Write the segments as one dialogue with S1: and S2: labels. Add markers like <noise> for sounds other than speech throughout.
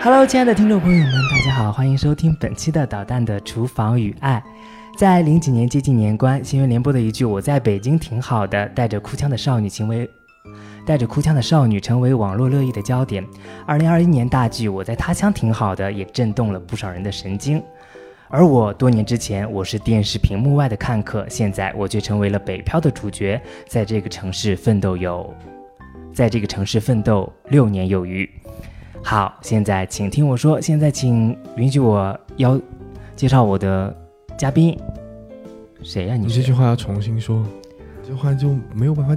S1: Hello，亲爱的听众朋友们，大家好，欢迎收听本期的导弹的厨房与爱。在零几年接近年关，新闻联播的一句“我在北京挺好的”，带着哭腔的少女成为，带着哭腔的少女成为网络热议的焦点。二零二一年大剧《我在他乡挺好的》也震动了不少人的神经。而我多年之前，我是电视屏幕外的看客，现在我却成为了北漂的主角，在这个城市奋斗有，在这个城市奋斗六年有余。好，现在请听我说，现在请允许我邀介绍我的嘉宾，谁呀、啊你
S2: 你
S1: 是
S2: 这句话要重新说，你这话就没有办法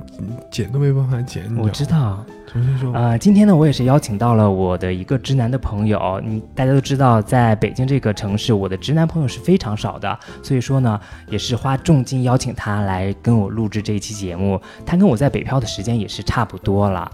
S2: 剪，都没办法剪。你
S1: 我知
S2: 道
S1: 道。
S2: 吗，重新说。
S1: 呃，今天呢，我也是邀请到了我的一个直男的朋友。你大家都知道，在北京这个城市，我的直男朋友是非常少的，所以说呢，也是花重金邀请他来跟我录制这一期节目。他跟我在北漂的时间也是差不多了。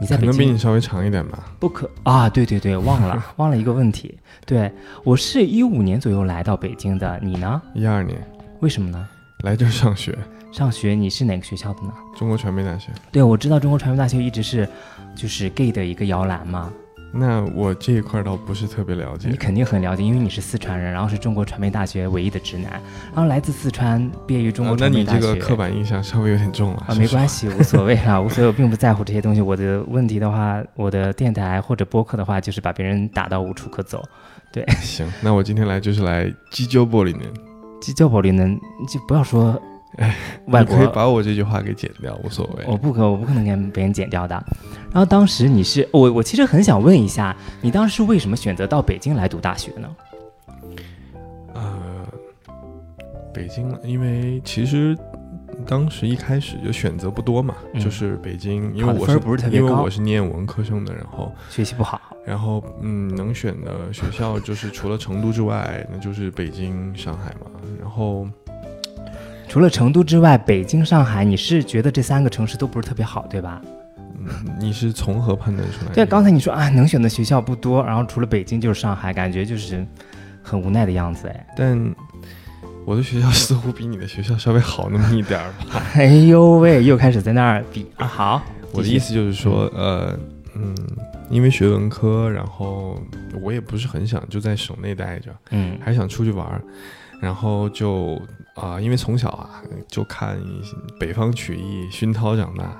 S1: 你在
S2: 可
S1: 北
S2: 能比
S1: 京
S2: 你稍微长一点吧，
S1: 不可啊？对对对，忘了忘了一个问题。对我是一五年左右来到北京的，你呢？
S2: 一二年
S1: 为什么呢？
S2: 来这儿上学，
S1: 上学你是哪个学校的呢？
S2: 中国传媒大学。
S1: 对，我知道中国传媒大学一直是就是 gay 的一个摇篮嘛。
S2: 那我这一块倒不是特别了解呃
S1: 你，肯定很了解，因为你是四川人，然后是中国传媒大学唯一的直男，然后来自四川，毕业于中国
S2: 哦那
S1: 传媒
S2: 你
S1: 大
S2: 这
S1: 学。
S2: 个刻板印象稍微有点重了。
S1: 啊，没关
S2: 系，
S1: 系，无所谓啦，无所谓，我并不在乎这些东西。我的问题的话，我的电台或者播客的话，就是把别人打到无处可走。
S2: 行，那我今天来就是来鸡鸠玻璃年，
S1: 就叫保利能，就不要说外
S2: 哎你
S1: 国哦
S2: 可以把我这句话给剪掉，无所谓。
S1: 我不可，我不可能给别人剪掉的。然后当时你是我，我其实很想问一下，你当时是为什么选择到北京来读大学呢？
S2: 呃，北京了，因为其实当时一开始就选择不多嘛，
S1: 嗯
S2: 就是北京，因
S1: 考
S2: 为
S1: 的
S2: 我
S1: 分
S2: 是
S1: 儿不是特别
S2: 因为
S1: 高
S2: 我是念文科生的，然后
S1: 学习不好，
S2: 然后嗯，能选的学校就是除了成都之外，那就是北京、上海嘛。然后
S1: 除了成都之外，北京、上海，你是觉得这三个城市都不是特别好，对吧？
S2: 嗯，你是从何判断出来的？
S1: 对，刚才你说啊，能选的学校不多，然后除了北京就是上海，感觉就是很无奈的样子。哎，
S2: 但我的学校似乎比你的学校稍微好那么一点儿吧。
S1: <laughs> 哎呦喂，又开始在那儿比啊， <laughs> 好，
S2: 我的
S1: 继续
S2: 意，思就是说，呃，嗯，因为学文科，然后我也不是很想就在省内待着。
S1: 嗯，
S2: 还想出去玩儿，然后就啊、因为从小啊就看一些北方曲艺熏陶长大，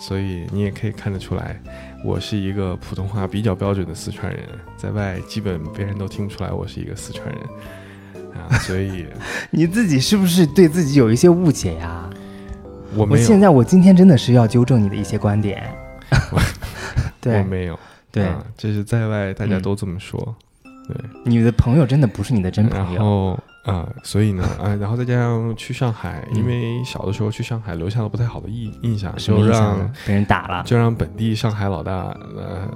S2: 所以你也可以看得出来，我是一个普通话比较标准的四川人，在外基本别人都听不出来我是一个四川人啊，所以
S1: 你自己是不是对自己有一些误解呀？
S2: 我
S1: 我
S2: 没有，
S1: 现在我今天真的是要纠正你的一些观 <laughs> 点。
S2: 我
S1: 对
S2: 没有，
S1: 对，嗯
S2: 啊，这是在外大家都这么说，对。
S1: 你的朋友真的不是你的真朋
S2: 然
S1: 友。
S2: 后啊、所以呢，啊、然后再加上去上海，
S1: 嗯
S2: 因为小的时候去上海留下了不太好的印印象，
S1: 什么
S2: 就
S1: 印
S2: 让
S1: 象呢？被人打了，
S2: 就让本地上海老大呃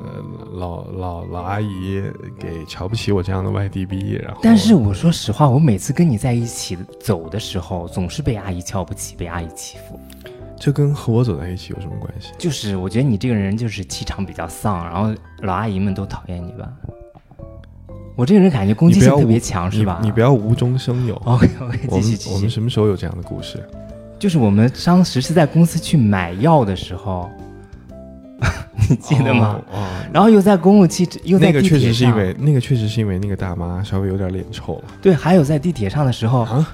S2: 老老老阿姨给瞧不起我这样的外地逼，然后
S1: 但是我说实话，我每次跟你在一起走的时候，总是被阿姨瞧不起，被阿姨欺负。
S2: 这跟和我走在一起有什么关系？
S1: 就是我觉得你这个人就是气场比较丧，然后老阿姨们都讨厌你吧。我这个人感觉攻击
S2: 你不
S1: 性
S2: 要
S1: 特别
S2: 误
S1: 强，是
S2: 你
S1: 吧？
S2: 你不要无中生有。
S1: OK OK， <laughs>
S2: 我
S1: 继
S2: 们
S1: 续继
S2: 我们
S1: 续。
S2: 什么时候有这样的故事？
S1: 就是我们当时是在公司去买药的时候， <laughs> 你记得吗？
S2: 哦？哦
S1: 然后又在公路汽， <laughs> 又在
S2: 那
S1: 地
S2: 个
S1: 铁上，
S2: 确实是因为那个确实是因为那个大妈稍微有点脸臭了
S1: 对，还有在地铁上的时候，
S2: 啊，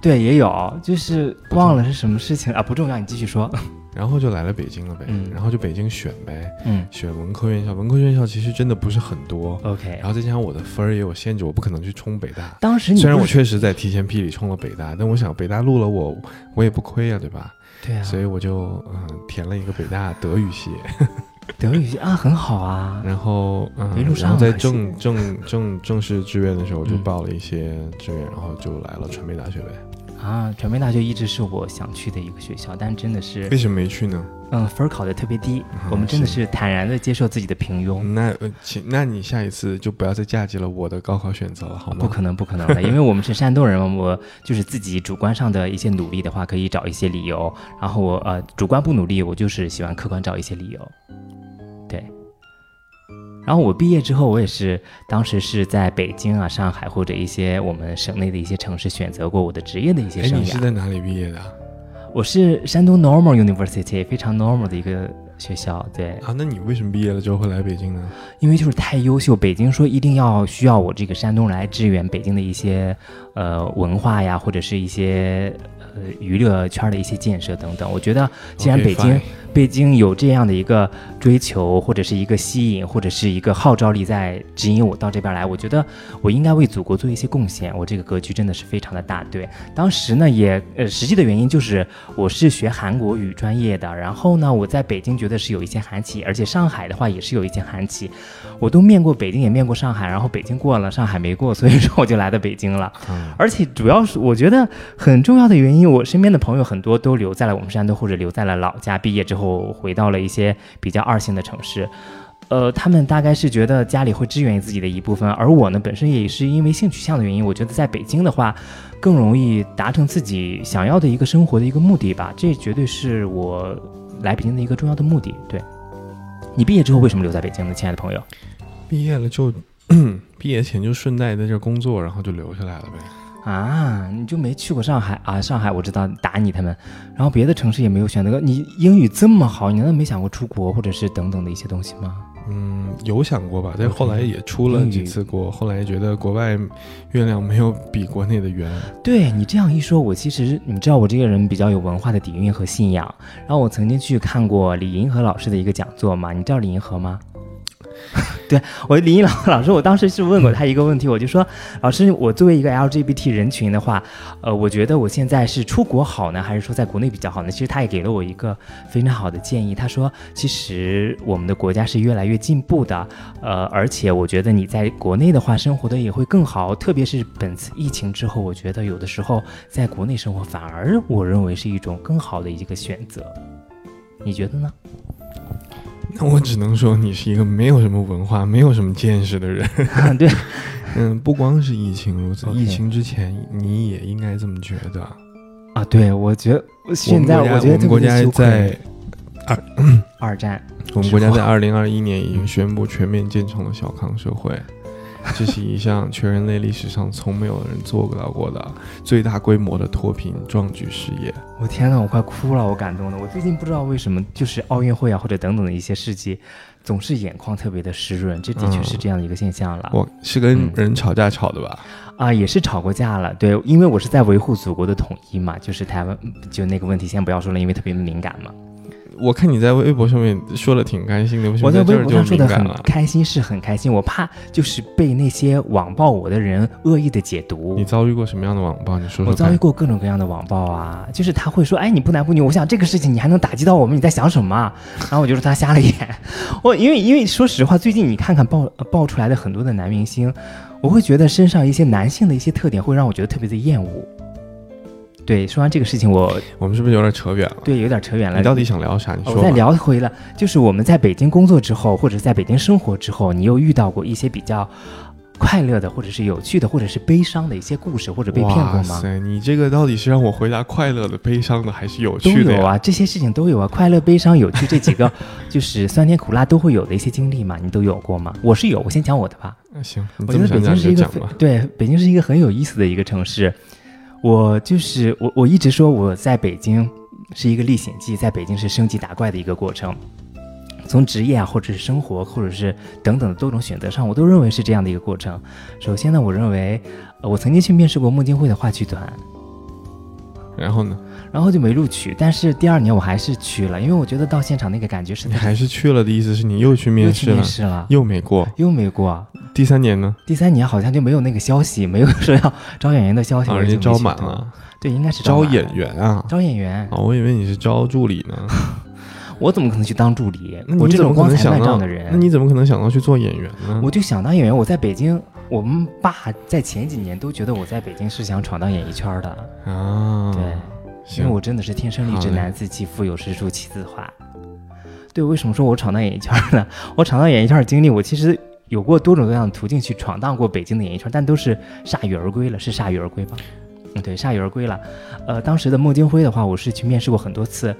S1: 对，也有，就是忘了是什么事情啊，不重要，你继续说。 <laughs>
S2: 然后就来了北京了呗，
S1: 嗯
S2: 然后就北京选呗，
S1: 嗯
S2: 选文科院校，文科院校其实真的不是很多，
S1: ，OK
S2: 然。后再加上我的分儿也有限制，我不可能去冲北大，
S1: 当哎时你
S2: 虽然
S1: 不
S2: 我
S1: 是
S2: 确实在提前批里冲了北大，但我想北大录了我，我也不亏呀、对吧？
S1: 对啊，
S2: 所以我就嗯填了一个北大德语系，
S1: 德语系啊很好啊，
S2: 然后
S1: 一
S2: 嗯，
S1: 路
S2: 然
S1: 上啊
S2: 后在
S1: 还 <laughs>
S2: 正正正正式志愿的时候就
S1: 嗯
S2: 报了一些志愿，然后就来了传媒大学呗。
S1: 啊，传媒大学一直是我想去的一个学校，但真的是
S2: 为什么没去呢？
S1: 嗯，分儿考得特别低，
S2: 嗯
S1: 我们真的
S2: 是
S1: 是坦然的接受自己的平庸。
S2: 那呃，请那你下一次就不要再嫁接了我的高考选择了，好
S1: 不
S2: 吗？
S1: 可能，不可能的，因为我们是山东人嘛，我就是自己主观上的一些努力的话，可以找一些理由。然后我呃，主观不努力，我就是喜欢客观找一些理由。对。然后我毕业之后，我也是当时是在北京啊、上海或者一些我们省内的一些城市选择过我的职业的一些
S2: 哎，
S1: 生
S2: 你是
S1: 涯。
S2: 在哪里毕业的啊？
S1: 我是山东 Normal University 非常 normal 的一个学校，对，
S2: 啊，那你为什么毕业了之后会来北京呢？
S1: 因为就是太优秀，北京说一定要需要我这个山东人来支援北京的一些呃文化呀，或者是一些呃娱乐圈的一些建设等等。我觉得既然
S2: OK，
S1: 北京
S2: fine
S1: 北京有这样的一个追求，或者是一个吸引，或者是一个号召力在指引我到这边来，我觉得我应该为祖国做一些贡献。我这个格局真的是非常的大。对，当时呢也呃实际的原因就是我是学韩国语专业的，然后呢我在北京觉得是有一些韩企，而且上海的话也是有一些韩企，我都面过北京也面过上海，然后北京过了，上海没过，所以说我就来到北京了。
S2: 啊，
S1: 而且主要是我觉得很重要的原因，我身边的朋友很多都留在了我们山东，或者留在了老家，毕业之后回到了一些比较二线的城市。呃，他们大概是觉得家里会支援自己的一部分，而我呢，本身也是因为性取向的原因，我觉得在北京的话，更容易达成自己想要的一个生活的一个目的吧。这绝对是我来北京的一个重要的目的。对，你毕业之后为什么留在北京呢，亲爱的朋友？
S2: 毕业了就 <clears throat> 毕业前就顺带在这儿工作，然后就留下来了呗。
S1: 啊，你就没去过上海啊？上海我知道打你他们，然后别的城市也没有选择。你英语这么好，你难道没想过出国或者是等等的一些东西吗？
S2: 嗯，有想过吧，但是
S1: OK
S2: 后来也出了几次
S1: 嗯
S2: 国，后来觉得国外月亮没有比国内的圆。
S1: 对你这样一说，我其实你知道我这个人比较有文化的底蕴和信仰。然后我曾经去看过李银河老师的一个讲座嘛，你知道李银河吗？ <laughs> 对我李银老老师，我当时是问过他一个问题，我就说，老师，我作为一个 LGBT 人群的话，呃，我觉得我现在是出国好呢，还是说在国内比较好呢？其实他也给了我一个非常好的建议，他说，其实我们的国家是越来越进步的，呃，而且我觉得你在国内的话，生活的也会更好，特别是本次疫情之后，我觉得有的时候在国内生活反而我认为是一种更好的一个选择，你觉得呢？
S2: 那我只能说你是一个没有什么文化、没有什么见识
S1: <laughs>
S2: 的人。
S1: <laughs> 对，
S2: 嗯，不光是疫情如此
S1: OK
S2: 疫情之前你也应该这么觉得。
S1: 啊，对，我觉得现在
S2: 我们
S1: 我觉得
S2: 国家我们
S1: 特
S2: 国
S1: 别
S2: 家
S1: 羞愧
S2: 在
S1: 二战，
S2: 我们国家
S1: 是
S2: 在
S1: 吗
S2: 二零二一年已经宣布全面建成了小康社会，这是一项全人类历史上从没有人做到过的最大规模的脱贫壮举事
S1: <laughs>
S2: 业。
S1: 我天呐，我快哭了，我感动的。我最近不知道为什么，就是奥运会啊或者等等的一些事迹，总是眼眶特别的湿润，这的确是这样的一个现象了。
S2: 我是跟
S1: 嗯
S2: 人吵架吵的吧？
S1: 啊，也是吵过架了，对，因为我是在维护祖国的统一嘛，就是台湾就那个问题，先不要说了，因为特别敏感嘛。
S2: 我看你在微博上面说了挺开心的，为什
S1: 我
S2: 么
S1: 在
S2: 在这
S1: 微
S2: 儿
S1: 博
S2: 就
S1: 上说
S2: 敏
S1: 的
S2: 感
S1: 很
S2: 了？
S1: 开心，是很开心，我怕就是被那些网暴我的人恶意的解读。
S2: 你遭遇过什么样的网暴？你说
S1: 我
S2: 说
S1: 遭遇
S2: 看。
S1: 过各种各样的网暴啊，就是他会说，哎，你不男不女，我想这个事情你还能打击到我们，你在想什么啊？然后我就说他瞎了眼。我因为因为说实话，最近你看看爆呃爆出来的很多的男明星，我会觉得身上一些男性的一些特点会让我觉得特别的厌恶。对，说完这个事情我，
S2: 我们是不是有点扯远了？
S1: 对有点扯远了。哦
S2: 你到底想聊啥？你
S1: 我
S2: 说
S1: 再
S2: 吧。
S1: 聊回了，就是我们在北京工作之后，或者在北京生活之后，你有遇到过一些比较快乐的，或者是有趣的，或者是悲伤的一些故事，或者被骗过
S2: 哇
S1: 吗？
S2: 塞，你这个到底是让我回答快乐的、悲伤的，还是有
S1: 都
S2: 趣的
S1: 有
S2: 呀？
S1: 啊，这些事情都有啊，快乐、悲伤、有趣这几个， <laughs> 就是酸甜苦辣都会有的一些经历嘛，你都有过吗？我是有，我先讲我的吧。
S2: 啊行，你
S1: 我
S2: 这
S1: 觉得
S2: 么
S1: 北京
S2: 想讲你
S1: 是
S2: 就
S1: 一个
S2: 讲
S1: 非
S2: 吧。
S1: 对北京是一个很有意思的一个城市。我就是我，我一直说我在北京是一个历险记，在北京是升级打怪的一个过程。从职业啊，或者是生活，或者是等等的多种选择上，我都认为是这样的一个过程。首先呢，我认为，呃我曾经去面试过孟京辉的话剧团，
S2: 然后呢？
S1: 然后就没录取。但是第二年我还是去了，因为我觉得到现场那个感觉实
S2: 你
S1: 在
S2: 还是去了的意思是你又去
S1: 又
S2: 面
S1: 去
S2: 试了
S1: 面，试了，啊
S2: 又没过。
S1: 又没过。
S2: 第三年呢？
S1: 第三年好像就没有那个消息，没有说要招演员的消息，
S2: 啊，
S1: 我就
S2: 人家
S1: 哎没
S2: 招
S1: 去
S2: 满
S1: 到
S2: 了，
S1: 对，应该是
S2: 招
S1: 满了
S2: 演员啊。
S1: 招演员，
S2: 啊，我以为你是招助理呢。
S1: 我怎么可能去当助理？
S2: 那
S1: 我
S2: 你
S1: 这种
S2: 怎么可
S1: 光
S2: 能
S1: 彩
S2: 想
S1: 万
S2: 到
S1: 丈的
S2: 那
S1: 人，
S2: 你怎么可能想到去做演员呢？
S1: 我就想当演员。我在北京，我们爸在前几年都觉得我在北京是想闯荡演艺圈的，
S2: 啊，
S1: 对，因
S2: 行
S1: 为，我真的是天生丽质
S2: 好嘞
S1: 难自弃，腹有诗书气自华。对，为什么说我闯荡演艺圈呢？ <laughs> 我闯荡演艺圈的经历，我其实有过多种多样的途径去闯荡过北京的演艺圈，但都是铩羽而归了，是铩羽而归吧？嗯，对，铩羽而归了。呃，当时的孟京辉的话，我是去面试过很多次。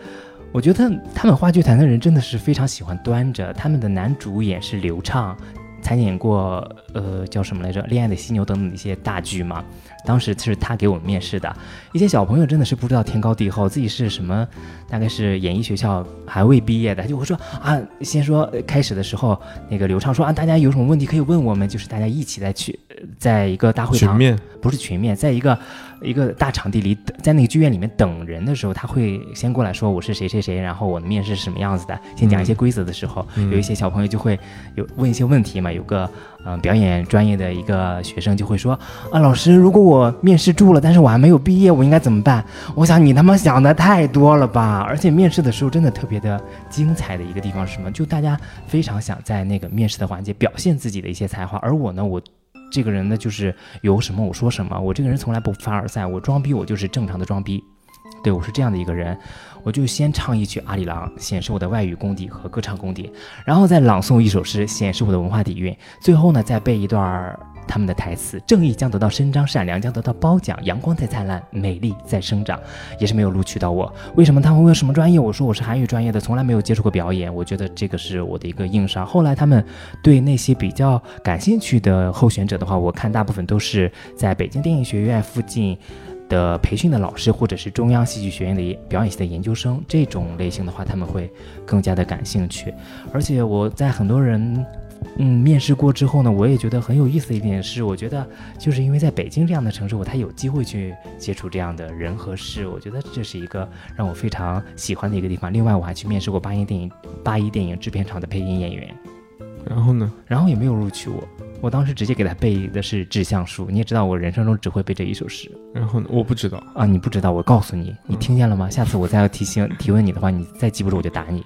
S1: 我觉得他们话剧团的人真的是非常喜欢端着，他们的男主演是刘畅，参演过呃叫什么来着，《恋爱的犀牛》等等一些大剧嘛。当时是他给我们面试的，一些小朋友真的是不知道天高地厚，自己是什么，大概是演艺学校还未毕业的，就会说啊，先说呃开始的时候，那个刘畅说啊，大家有什么问题可以问我们，就是大家一起在去，呃在一个大会
S2: 群
S1: 堂
S2: 面
S1: 不是群面，在一个一个大场地里，在那个剧院里面等人的时候，他会先过来说我是谁谁谁，然后我的面试是什么样子的，先讲一些规则的时候，
S2: 嗯
S1: 有一些小朋友就会有问一些问题嘛，有个嗯、呃表演专业的一个学生就会说啊，老师，如果我面试住了，但是我还没有毕业，我应该怎么办？我想你他妈想的太多了吧！ <laughs> 而且面试的时候真的特别的精彩的一个地方是什么？就大家非常想在那个面试的环节表现自己的一些才华，而我呢，我这个人呢，就是有什么我说什么，我这个人从来不凡尔赛，我装逼我就是正常的装逼，对我是这样的一个人，我就先唱一曲《阿里郎》，显示我的外语功底和歌唱功底，然后再朗诵一首诗，显示我的文化底蕴，最后呢再背一段儿他们的台词：正义将得到伸张，善良将得到褒奖，阳光在灿烂，美丽在生长。也是没有录取到我。为什么他们问什么专业？我说我是韩语专业的，从来没有接触过表演。我觉得这个是我的一个硬伤。后来他们对那些比较感兴趣的候选者的话，我看大部分都是在北京电影学院附近。的培训的老师，或者是中央戏剧学院的表演系的研究生，这种类型的话，他们会更加的感兴趣。而且我在很多人，嗯，面试过之后呢，我也觉得很有意思的一点是，我觉得就是因为在北京这样的城市，我才有机会去接触这样的人和事，我觉得这是一个让我非常喜欢的一个地方。另外，我还去面试过八一电影八一电影制片厂的配音演员，
S2: 然后呢？
S1: 然后也没有录取我。我当时直接给他背的是《志向树》，你也知道，我人生中只会背这一首诗
S2: 然后呢？我不知道。
S1: 啊！你不知道，我告诉你，你听见了吗？下次我再要提醒提问你的话，你再记不住我就打你。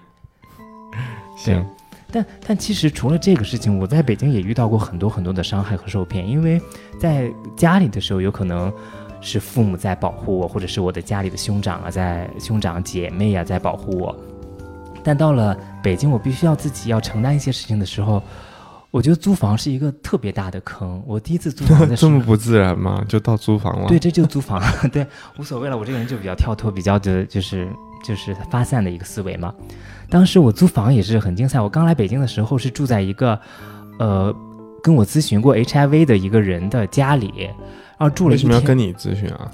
S1: 对
S2: 行，
S1: 但但其实除了这个事情，我在北京也遇到过很多很多的伤害和受骗，因为在家里的时候，有可能是父母在保护我，或者是我的家里的兄长啊，在兄长姐妹啊在保护我。但到了北京，我必须要自己要承担一些事情的时候，我觉得租房是一个特别大的坑。我第一次租房的时
S2: <laughs> 这
S1: 候
S2: 么，不自然吗？就到租房了？
S1: 对，，这就是租房， <laughs> 对，无所谓了。我这个人就比较跳脱，比较的就是就是发散的一个思维嘛。当时我租房也是很精彩。我刚来北京的时候是住在一个，呃，跟我咨询过 HIV 的一个人的家里，然后住了
S2: 为
S1: 一
S2: 什么要
S1: 天。
S2: 跟你咨询啊？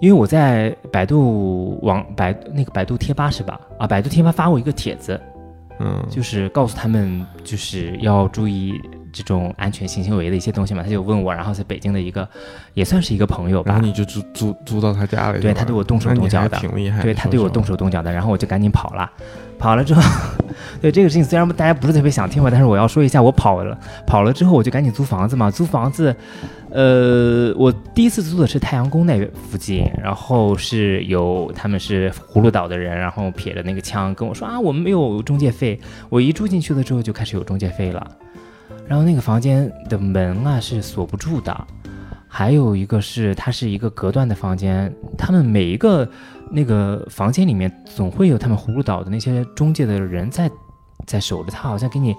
S1: 因为我在百度网百那个百度贴吧是吧？啊，百度贴吧发过一个帖子，
S2: 嗯，
S1: 就是告诉他们就是要注意这种安全性行为的一些东西嘛。他就问我，然后在北京的一个也算是一个朋友吧，
S2: 然后你就租租租到他家里，
S1: 对他对我动手动脚的
S2: 那你还挺厉害的。
S1: 对他对我动
S2: 手，
S1: 手动脚的，然后我就赶紧跑了。跑了之后， <laughs> 对这个事情虽然大家不是特别想听吧，但是我要说一下，我跑了，跑了之后我就赶紧租房子嘛。租房子，呃，我第一次租的是太阳宫那附近，然后是有他们是葫芦岛的人，然后撇着那个枪跟我说啊，我们没有中介费。我一住进去了之后就开始有中介费了，然后那个房间的门啊是锁不住的，还有一个是它是一个隔断的房间，他们每一个那个房间里面总会有他们葫芦岛的那些中介的人在在守着，他好像给你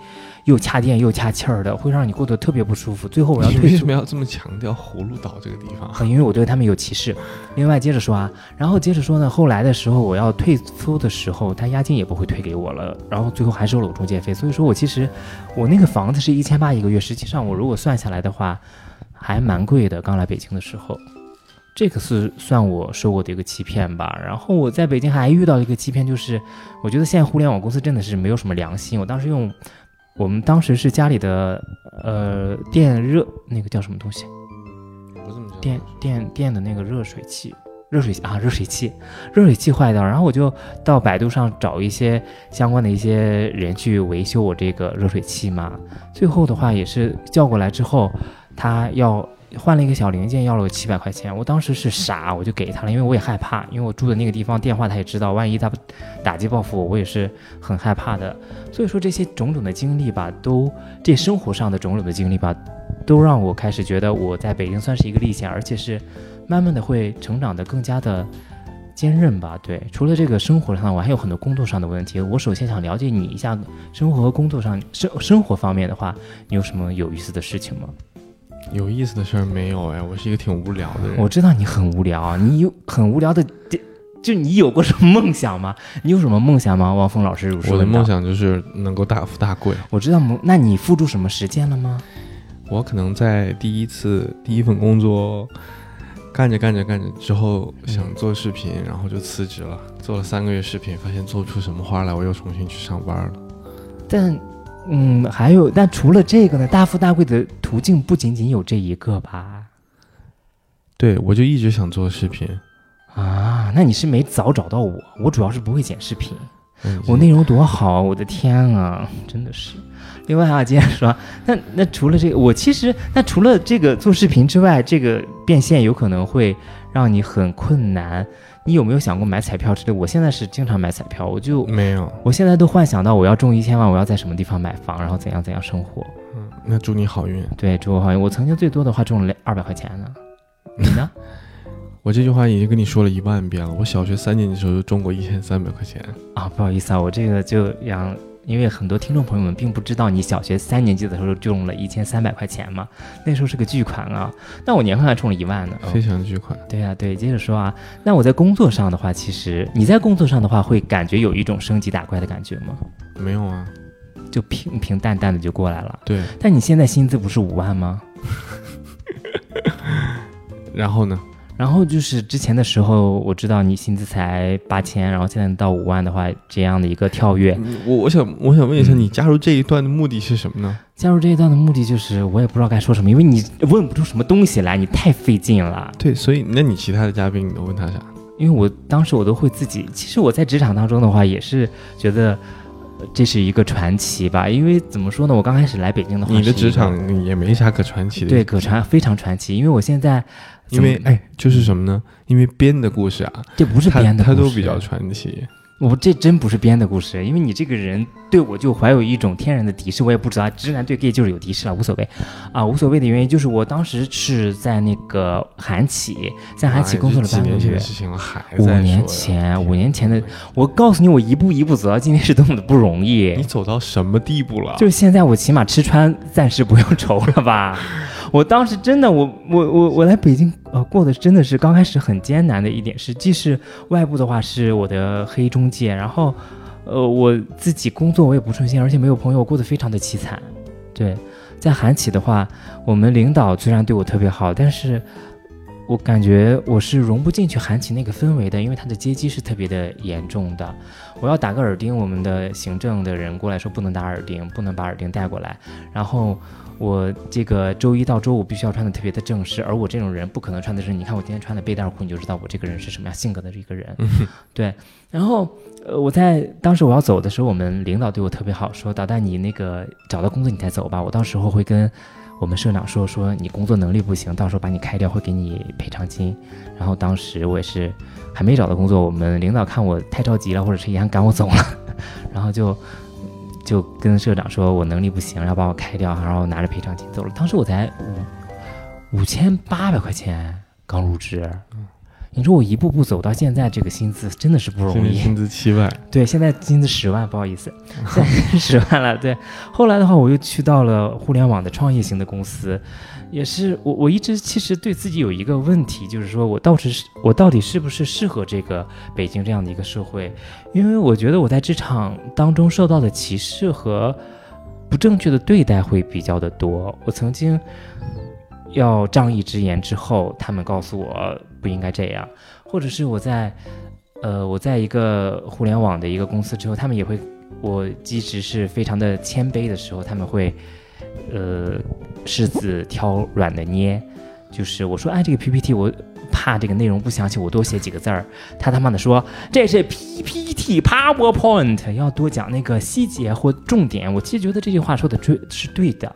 S1: 又掐电又掐气儿的，会让你过得特别不舒服。最后
S2: <laughs>
S1: 我要
S2: 你
S1: 退
S2: 为
S1: 出
S2: 什。么要这么强调葫芦岛这个地方？
S1: 啊，因为我对他们有歧视。另外，接着说啊，然后接着说呢，后来的时候我要退租的时候，他押金也不会退给我了，然后最后还收了我中介费。所以说我其实我那个房子是一千八一个月，实际上我如果算下来的话，还蛮贵的。刚来北京的时候，这个是算我受过的一个欺骗吧。然后我在北京还遇到一个欺骗，就是我觉得现在互联网公司真的是没有什么良心。我当时用。我们当时是家里的呃电热那个叫什么东西，
S2: 我怎么知道
S1: 电电电的那个热水器，热水器啊，热水器，热水器坏掉，然后我就到百度上找一些相关的一些人去维修我这个热水器嘛。最后的话也是叫过来之后，他要换了一个小零件，要了我七百块钱。我当时是傻，我就给他了，因为我也害怕，因为我住的那个地方电话他也知道，万一他不打击报复我，我也是很害怕的。所以说这些种种的经历吧，都这生活上的种种的经历吧，都让我开始觉得我在北京算是一个历险，而且是慢慢的会成长的更加的坚韧吧。对，除了这个生活上，我还有很多工作上的问题。我首先想了解你一下，生活和工作上生生活方面的话，你有什么有意思的事情吗？
S2: 有意思的事儿没有哎，我是一个挺无聊的
S1: 啊
S2: 人。
S1: <laughs> 我知道你很无聊，你有很无聊的就你有过什么梦想
S2: <laughs>
S1: 吗？你有什么梦想吗？汪峰老师，如实
S2: 我的
S1: 问道
S2: 梦，想就是能够大富大贵。
S1: 我知道梦，那你付诸什么实践了吗？
S2: 我可能在第一次第一份工作干着干着干着之后，
S1: 嗯
S2: 想做视频，然后就辞职了。做了三个月视频，发现做不出什么花来，我又重新去上班了。
S1: 但，嗯，还有，但除了这个呢，大富大贵的途径不仅仅有这一个吧？
S2: 对，我就一直想做视频。
S1: 啊，那你是没早找到我，我主要是不会剪视频。
S2: 嗯
S1: 我内容多好，我的天啊，真的是。另外啊，接着说，那那除了这个，我其实那除了这个做视频之外，这个变现有可能会让你很困难。你有没有想过买彩票之类？我现在是经常买彩票，我就
S2: 没有。
S1: 我现在都幻想到我要中一千万，我要在什么地方买房，然后怎样怎样生活。
S2: 嗯，那祝你好运。
S1: 对，祝我好运。我曾经最多的话中了二百块钱呢。你呢？
S2: 我这句话已经跟你说了一万遍了。我小学三年级的时候就中过一千三百块钱。
S1: 啊，不好意思啊，我这个就让，因为很多听众朋友们并不知道，你小学三年级的时候中了一千三百块钱嘛，那时候是个巨款啊。那我年后还中了一万呢。哦
S2: 非常巨款。
S1: 对啊，对，接着说啊。那我在工作上的话，其实你在工作上的话，会感觉有一种升级打怪的感觉吗？
S2: 没有啊，
S1: 就平平淡淡的就过来了。
S2: 对。
S1: 但你现在薪资不是五万吗？
S2: 然后呢？
S1: 然后就是之前的时候，我知道你薪资才八千，然后现在到五万的话，这样的一个跳跃，
S2: 嗯我我想我想问一下，你加入这一段的目的是什么呢？
S1: 加入这一段的目的就是，我也不知道该说什么，因为你问不出什么东西来，你太费劲了。
S2: 对，所以那你其他的嘉宾你都问他啥？
S1: 因为我当时我都会自己，其实我在职场当中的话，也是觉得呃这是一个传奇吧。因为怎么说呢，我刚开始来北京的话，
S2: 你的
S1: 是一个
S2: 职场也没啥可传奇的。
S1: 对，可传非常传奇，因为我现在怎
S2: 因
S1: 么
S2: 为哎，就是什么呢？因为编的故事啊，
S1: 这不是
S2: 它
S1: 编的
S2: 它都
S1: 故事
S2: 比较传奇。
S1: 我这真不是编的故事，因为你这个人对我就怀有一种天然的敌视，我也不知道，直男对 gay 就是有敌视了，无所谓，啊，无所谓的原因就是我当时是在那个韩企，在韩企
S2: 哎
S1: 工作了
S2: 这
S1: 半
S2: 几
S1: 个
S2: 年前
S1: 月
S2: 的，事情了，还
S1: 五
S2: 在
S1: 年
S2: 说呀
S1: 前，五年前的，我告诉你，我一步一步走到今天是多么的不容易
S2: 你。走到什么地步了？
S1: 就是现在，我起码吃穿暂时不用愁了吧？ <laughs> 我当时真的，我我我我来北京，呃，过的真的是刚开始很艰难的一点是，既是外部的话是我的黑中介，然后，呃，我自己工作我也不顺心，而且没有朋友，我过得非常的凄惨。对，在韩企的话，我们领导虽然对我特别好，但是我感觉我是融不进去韩企那个氛围的，因为它的阶级是特别的严重的。我要打个耳钉，我们的行政的人过来说不能打耳钉，不能把耳钉带过来。然后我这个周一到周五必须要穿的特别的正式，而我这种人不可能穿的是，你看我今天穿的背带裤，你就知道我这个人是什么样性格的一个人。对，然后呃，我在当时我要走的时候，我们领导对我特别好，说导弹你那个找到工作你再走吧，我到时候会跟。我们社长说说你工作能力不行，到时候把你开掉会给你赔偿金。然后当时我也是还没找到工作，我们领导看我太着急了，或者是也想赶我走了， <laughs> 然后就就跟社长说我能力不行，然后把我开掉，然后拿着赔偿金走了。当时我才五五千八百块钱刚入职，你说我一步步走到现在这个薪资真的是不
S2: 现
S1: 容
S2: 在
S1: 易。 <laughs>
S2: 薪资七万，
S1: 对，现在薪资十万，不好意思，现在十万了。对，后来的话，我又去到了互联网的创业型的公司，也是我我一直其实对自己有一个问题，就是说我到底是我到底是不是适合这个北京这样的一个社会？因为我觉得我在职场当中受到的歧视和不正确的对待会比较的多。我曾经要仗义执言之后，他们告诉我不应该这样，或者是我在。呃，我在一个互联网的一个公司之后，他们也会，我一直是非常的谦卑的时候，他们会，呃，柿子挑软的捏，就是我说，哎，这个 PPT 我怕这个内容不详细，我多写几个字儿，他他妈的说这是 PPT PowerPoint，要多讲那个细节或重点。我其实觉得这句话说的对是对的，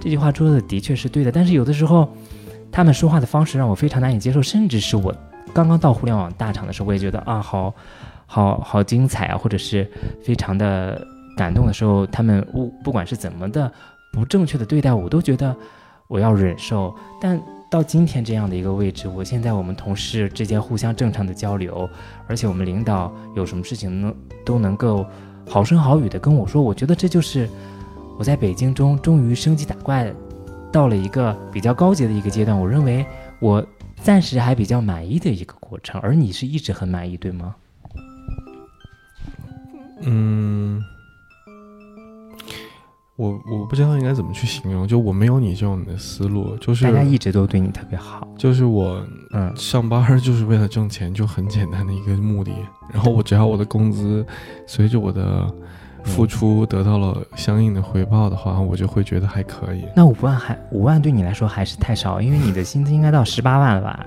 S1: 这句话说的的确是对的，但是有的时候他们说话的方式让我非常难以接受，甚至是我刚刚到互联网大厂的时候，我也觉得啊，好好好精彩啊，或者是非常的感动的时候，他们不不管是怎么的不正确的对待我，我都觉得我要忍受。但到今天这样的一个位置，我现在我们同事之间互相正常的交流，而且我们领导有什么事情能都能够好声好语的跟我说，我觉得这就是我在北京中终于升级打怪，到了一个比较高级的一个阶段。我认为我暂时还比较满意的一个过程，而你是一直很满意，对吗？
S2: 嗯，我我不知道应该怎么去形容，就我没有你这样的思路，就是
S1: 大家一直都对你特别好，
S2: 就是我
S1: 嗯，
S2: 上班儿就是为了挣钱，就很简单的一个目的。然后我只要我的工资随着我的
S1: 嗯
S2: 付出得到了相应的回报的话，我就会觉得还可以。
S1: 那五万还五万对你来说还是太少，因为你的薪资应该到十八万了吧，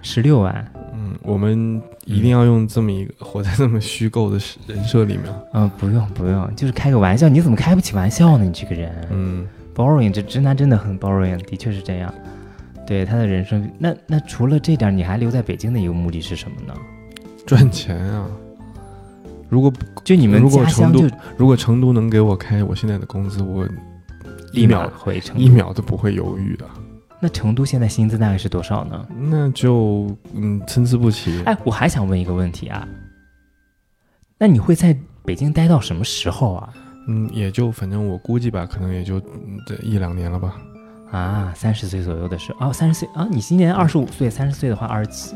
S1: 十六万。
S2: 嗯，我们一定要用这么一个活在这么虚构的人设里面。
S1: 嗯，不用不用，就是开个玩笑。你怎么开不起玩笑呢？你这个人、
S2: 嗯，
S1: boring，这直男真的很 boring，的确是这样。对他的人生，那那除了这点，你还留在北京的一个目的是什么呢？
S2: 赚钱啊！如果
S1: 就你们
S2: 如果
S1: 家乡
S2: 成
S1: 就
S2: 都如果成都能给我开我现在的工资，我
S1: 立
S2: 一
S1: 马
S2: 秒
S1: 回成
S2: 一
S1: 都。
S2: 秒都不会犹豫的。
S1: 那成都现在薪资大概是多少呢？
S2: 那就嗯参差不齐。
S1: 哎，我还想问一个问题啊，那你会在北京待到什么时候啊？
S2: 嗯，也就反正我估计吧，可能也就嗯这一两年了吧。
S1: 啊，三十岁左右的时候，哦，三十岁啊，你今年二十五岁，三十岁的话，二十七，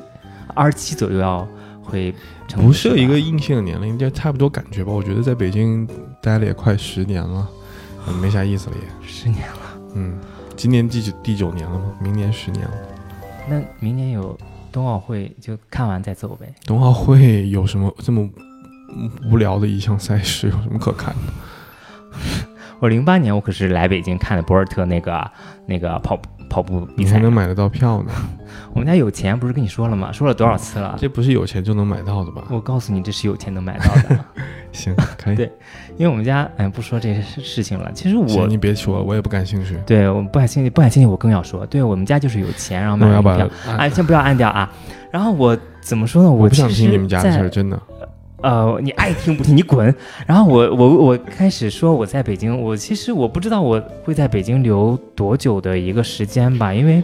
S1: 二十七左右要回成都
S2: 不是
S1: 吧
S2: 一个硬性的年龄，就差不多感觉吧。我觉得在北京待了也快十年了，嗯没啥意思了也。
S1: 十年了，
S2: 嗯，今年第九第九年了嘛，明年十年了。
S1: 那明年有冬奥会就看完再走呗。
S2: 冬奥会有什么这么嗯无聊的一项赛事？有什么可
S1: <laughs>
S2: 看的？
S1: 我零八年我可是来北京看的博尔特那个那个跑步跑步比
S2: 你
S1: 赛
S2: 才，能买得到票呢？
S1: 我们家有钱不是跟你说了吗？说了多少次了？
S2: 这不是有钱就能买到的吧？
S1: 我告诉你，这是有钱能买到的， <laughs>
S2: 行，可以。
S1: 对因为我们家哎不说这事事情了。其实
S2: 行
S1: 我
S2: 你别说，我也不感兴趣。
S1: 对我不感兴趣，不感兴趣我更要说，对我们家就是有钱，然后买
S2: 那我
S1: 了
S2: 要
S1: 一
S2: 把
S1: 票。哎，先不要按掉啊。然后我怎么说呢？我
S2: 不想
S1: 其
S2: 听你
S1: 实
S2: 们家的
S1: 在
S2: 事儿，真的。
S1: 呃，你爱听不听，你滚。然后我我我开始说我在北京，我其实我不知道我会在北京留多久的一个时间吧，因为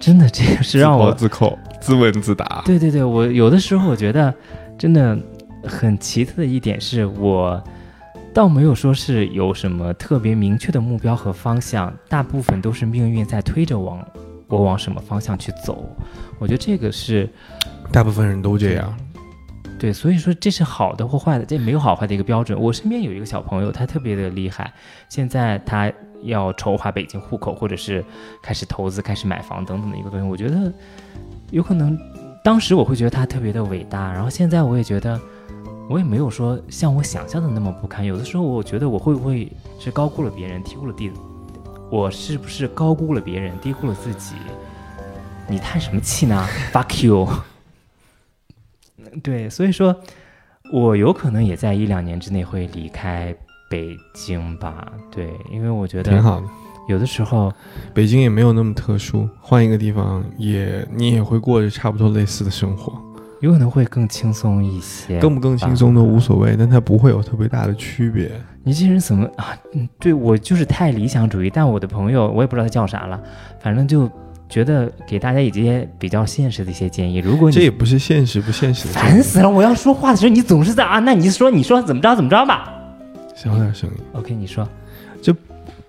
S1: 真的这个是让我
S2: 自扣、自问自答。
S1: 对对对，我有的时候我觉得真的很奇特的一点是我倒没有说是有什么特别明确的目标和方向，大部分都是命运在推着往我往什么方向去走。我觉得这个是
S2: 大部分人都这样。
S1: 对，所以说这是好的或坏的，这没有好坏的一个标准。我身边有一个小朋友，他特别的厉害，现在他要筹划北京户口，或者是开始投资、开始买房等等的一个东西。我觉得有可能，当时我会觉得他特别的伟大，然后现在我也觉得。我也没有说像我想象的那么不堪，有的时候我觉得我会不会是高估了别人，低估了地，我是不是高估了别人，低估了自己？你叹什么气呢？Fuck you！对，所以说，我有可能也在一两年之内会离开北京吧。对，因为我觉
S2: 挺
S1: 得
S2: 好的。
S1: 有的时候，
S2: 北京也没有那么特殊，换一个地方也你也会过着差不多类似的生活，
S1: 有可能会更轻松一些。
S2: 更不更轻松都无所谓，但它不会有特别大的区别。
S1: 你这人怎么啊？嗯对我就是太理想主义，但我的朋友我也不知道他叫啥了，反正就觉得给大家一些比较现实的一些建议。如果
S2: 这
S1: 你
S2: 也不是现实不现实的。
S1: 烦死了，我要说话的时候你总是在啊，那你说你说怎么着怎么着吧。
S2: 小点声音。
S1: OK，你说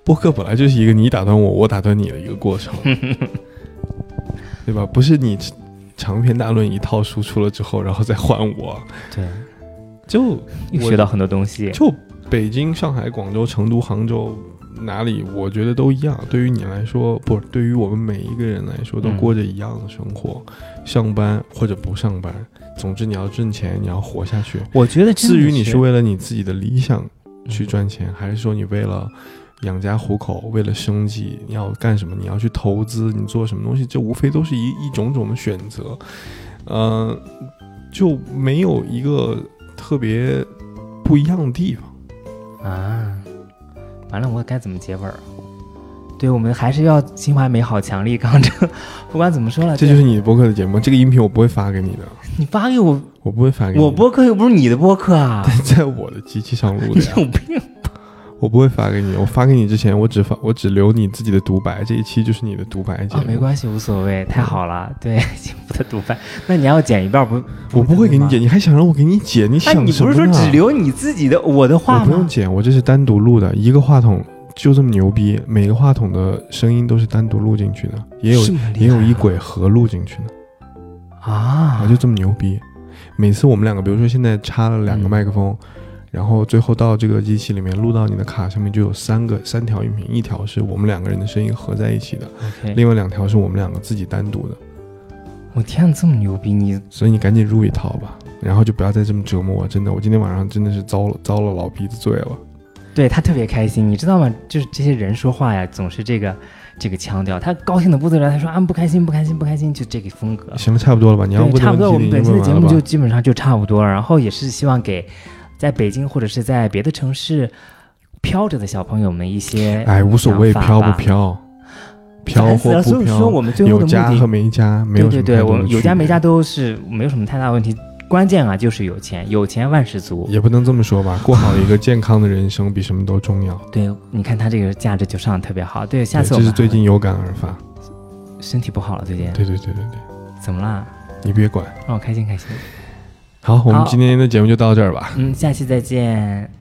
S2: 播客本来就是一个你打断我，我打断你的一个
S1: <laughs>
S2: 过程，对吧？不是你长篇大论一套输出了之后，然后再换我，
S1: 对，
S2: 就
S1: 又
S2: 我
S1: 学到很多东西。
S2: 就北京、上海、广州、成都、杭州哪里，我觉得都一样。对于你来说，不，对于我们每一个人来说，都
S1: 嗯
S2: 过着一样的生活，上班或者不上班，总之你要挣钱，你要活下去。
S1: 我觉得真的
S2: 至于你
S1: 是
S2: 是为了你自己的理想去
S1: 嗯
S2: 赚钱，还是说你为了养家糊口、为了生计，你要干什么？你要去投资，你做什么东西？这无非都是一一种种的选择，呃，就没有一个特别不一样的地方。
S1: 啊，完了，我该怎么结尾儿啊？对，我们还是要心怀美好，强力抗争。 <laughs> 不管怎么说了，
S2: 这就是你播客的节目，这个音频我不会发给你的，
S1: 你发给我，
S2: 我不会发给你的。
S1: 我播客又不是你的播客 <laughs> 啊，
S2: 在我的机器上录
S1: 你
S2: 的
S1: <laughs>
S2: 呀，
S1: 有病！
S2: 我不会发给你。我发给你之前，我只发我只留你自己的独白，这一期就是你的独白节
S1: 啊，
S2: 目。
S1: 没关系，无所谓，太好了。对，幸福的独白，那你要剪一半儿 <laughs> 不？
S2: 我不会给你
S1: 剪。
S2: 剪，你还想让我给你剪？你
S1: 哎，
S2: 想
S1: 你
S2: 什
S1: 不
S2: 么
S1: 是
S2: 呢？
S1: 说只留你自己的我的
S2: 我
S1: 话
S2: 不用
S1: 吗？
S2: 剪，我这是单独录的，一个话筒就这么牛逼，每个话筒的声音都是单独录进去的，也有
S1: 这么厉害
S2: 也有一轨合录进去的，
S1: 啊
S2: 啊，，就这么牛逼。每次我们两个，比如说现在插了两个
S1: 嗯
S2: 麦克风，然后最后到这个机器里面录到你的卡上面，就有三个三条音频，一条是我们两个人的声音合在一起的，
S1: OK，
S2: 另外两条是我们两个自己单独的。
S1: 我天，啊这么牛逼，你
S2: 所以你赶紧入一套吧，然后就不要再这么折磨我。真的，我今天晚上真的是遭了遭了老鼻子罪了。
S1: 对他特别开心，你知道吗？就是这些人说话呀，总是这个这个腔调，他高兴的不得了，他说啊不开心不开心不开心，就这个风格。
S2: 行了，差不多了吧？你要
S1: 啊对，
S2: 问
S1: 差不多，
S2: 的
S1: 我
S2: 问
S1: 们
S2: 题
S1: 本
S2: 已
S1: 期的节
S2: 经问完了
S1: 目
S2: 吧
S1: 就？基本上就差不多，然后也是希望给在北京或者是在别的城市飘着的小朋友们一些
S2: 哎，无所谓，
S1: 想法
S2: 飘不
S1: 吧
S2: 飘，飘
S1: 烦死
S2: 或
S1: 了。所
S2: 不
S1: 以说，我
S2: 飘，
S1: 们最后
S2: 有
S1: 的
S2: 家和
S1: 目的，
S2: 没家没
S1: 对
S2: 有
S1: 对
S2: 什么
S1: 对，
S2: 太多
S1: 我
S2: 的
S1: 们有
S2: 区
S1: 家没
S2: 别
S1: 家都是没有什么太大问题，关键啊就是有钱，有钱万事足。
S2: 也不能这么说吧。过好一个健康的人生比什么都重要。
S1: 对，你看他这个价值就上的特别好。对， <laughs> 下
S2: 对
S1: 次我
S2: 这
S1: 们
S2: 是最
S1: 还会
S2: 近有感而发。
S1: 身体不好了，最近
S2: 对对对对对，
S1: 怎么啦？
S2: 你别管。
S1: 让我开心开心。
S2: 好，我们
S1: 好
S2: 今天的节目就到这儿吧。
S1: 嗯，下期再见。